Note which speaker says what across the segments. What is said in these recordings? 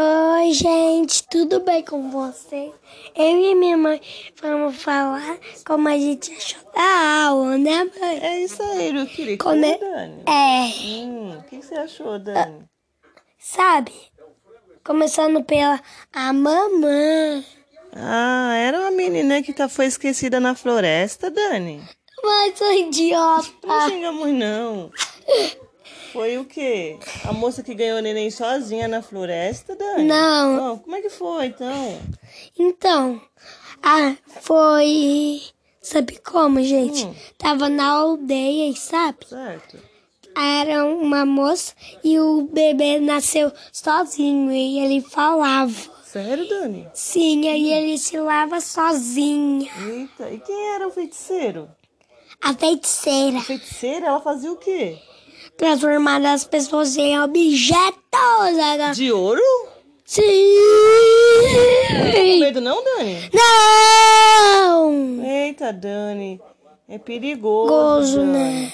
Speaker 1: Oi, gente, tudo bem com vocês? Eu e minha mãe vamos falar como a gente achou da aula, né, mãe?
Speaker 2: É isso aí, Luquiri.
Speaker 1: Como é-
Speaker 2: Dani?
Speaker 1: É,
Speaker 2: Hum, o que que você achou, Dani?
Speaker 1: sabe? Começando pela a mamãe.
Speaker 2: Ah, era uma menina que tá, foi esquecida na floresta, Dani.
Speaker 1: Mãe, sou
Speaker 2: Não
Speaker 1: idiota.
Speaker 2: xingamos, não. Foi o quê? A moça que ganhou o neném sozinha na floresta, Dani?
Speaker 1: Não,
Speaker 2: Não, como é que foi, então?
Speaker 1: então, ah, foi. Sabe como, gente?
Speaker 2: Hum.
Speaker 1: Tava na aldeia, e sabe?
Speaker 2: Certo.
Speaker 1: Era uma moça e o bebê nasceu sozinho e ele falava.
Speaker 2: Sério, Dani?
Speaker 1: Sim, aí ele se lava sozinha.
Speaker 2: Eita, e quem era o feiticeiro?
Speaker 1: A feiticeira
Speaker 2: A feiticeira, ela fazia o quê?
Speaker 1: transformar as pessoas em objetos. Ela...
Speaker 2: De ouro? Com
Speaker 1: Sim!
Speaker 2: medo não, Dani?
Speaker 1: Não!
Speaker 2: Eita, Dani. É perigoso,
Speaker 1: Gozo,
Speaker 2: Dani.
Speaker 1: né?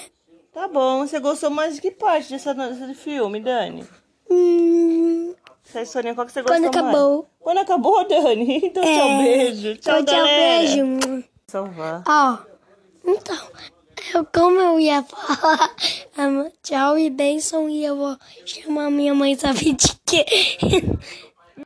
Speaker 2: Tá bom, você gostou mais de que parte dessa, desse filme, Dani?
Speaker 1: Hum,
Speaker 2: Essa historinha, qual que você gostou
Speaker 1: Quando acabou.
Speaker 2: mais? Quando acabou, Dani? Então tchau,
Speaker 1: é.
Speaker 2: beijo.
Speaker 1: Tchau,
Speaker 2: Tchau, galera.
Speaker 1: beijo.
Speaker 2: Salvar.
Speaker 1: Ó, então, eu, como eu ia falar, am- tchau e benção, e eu vou chamar minha mãe, sabe de quê?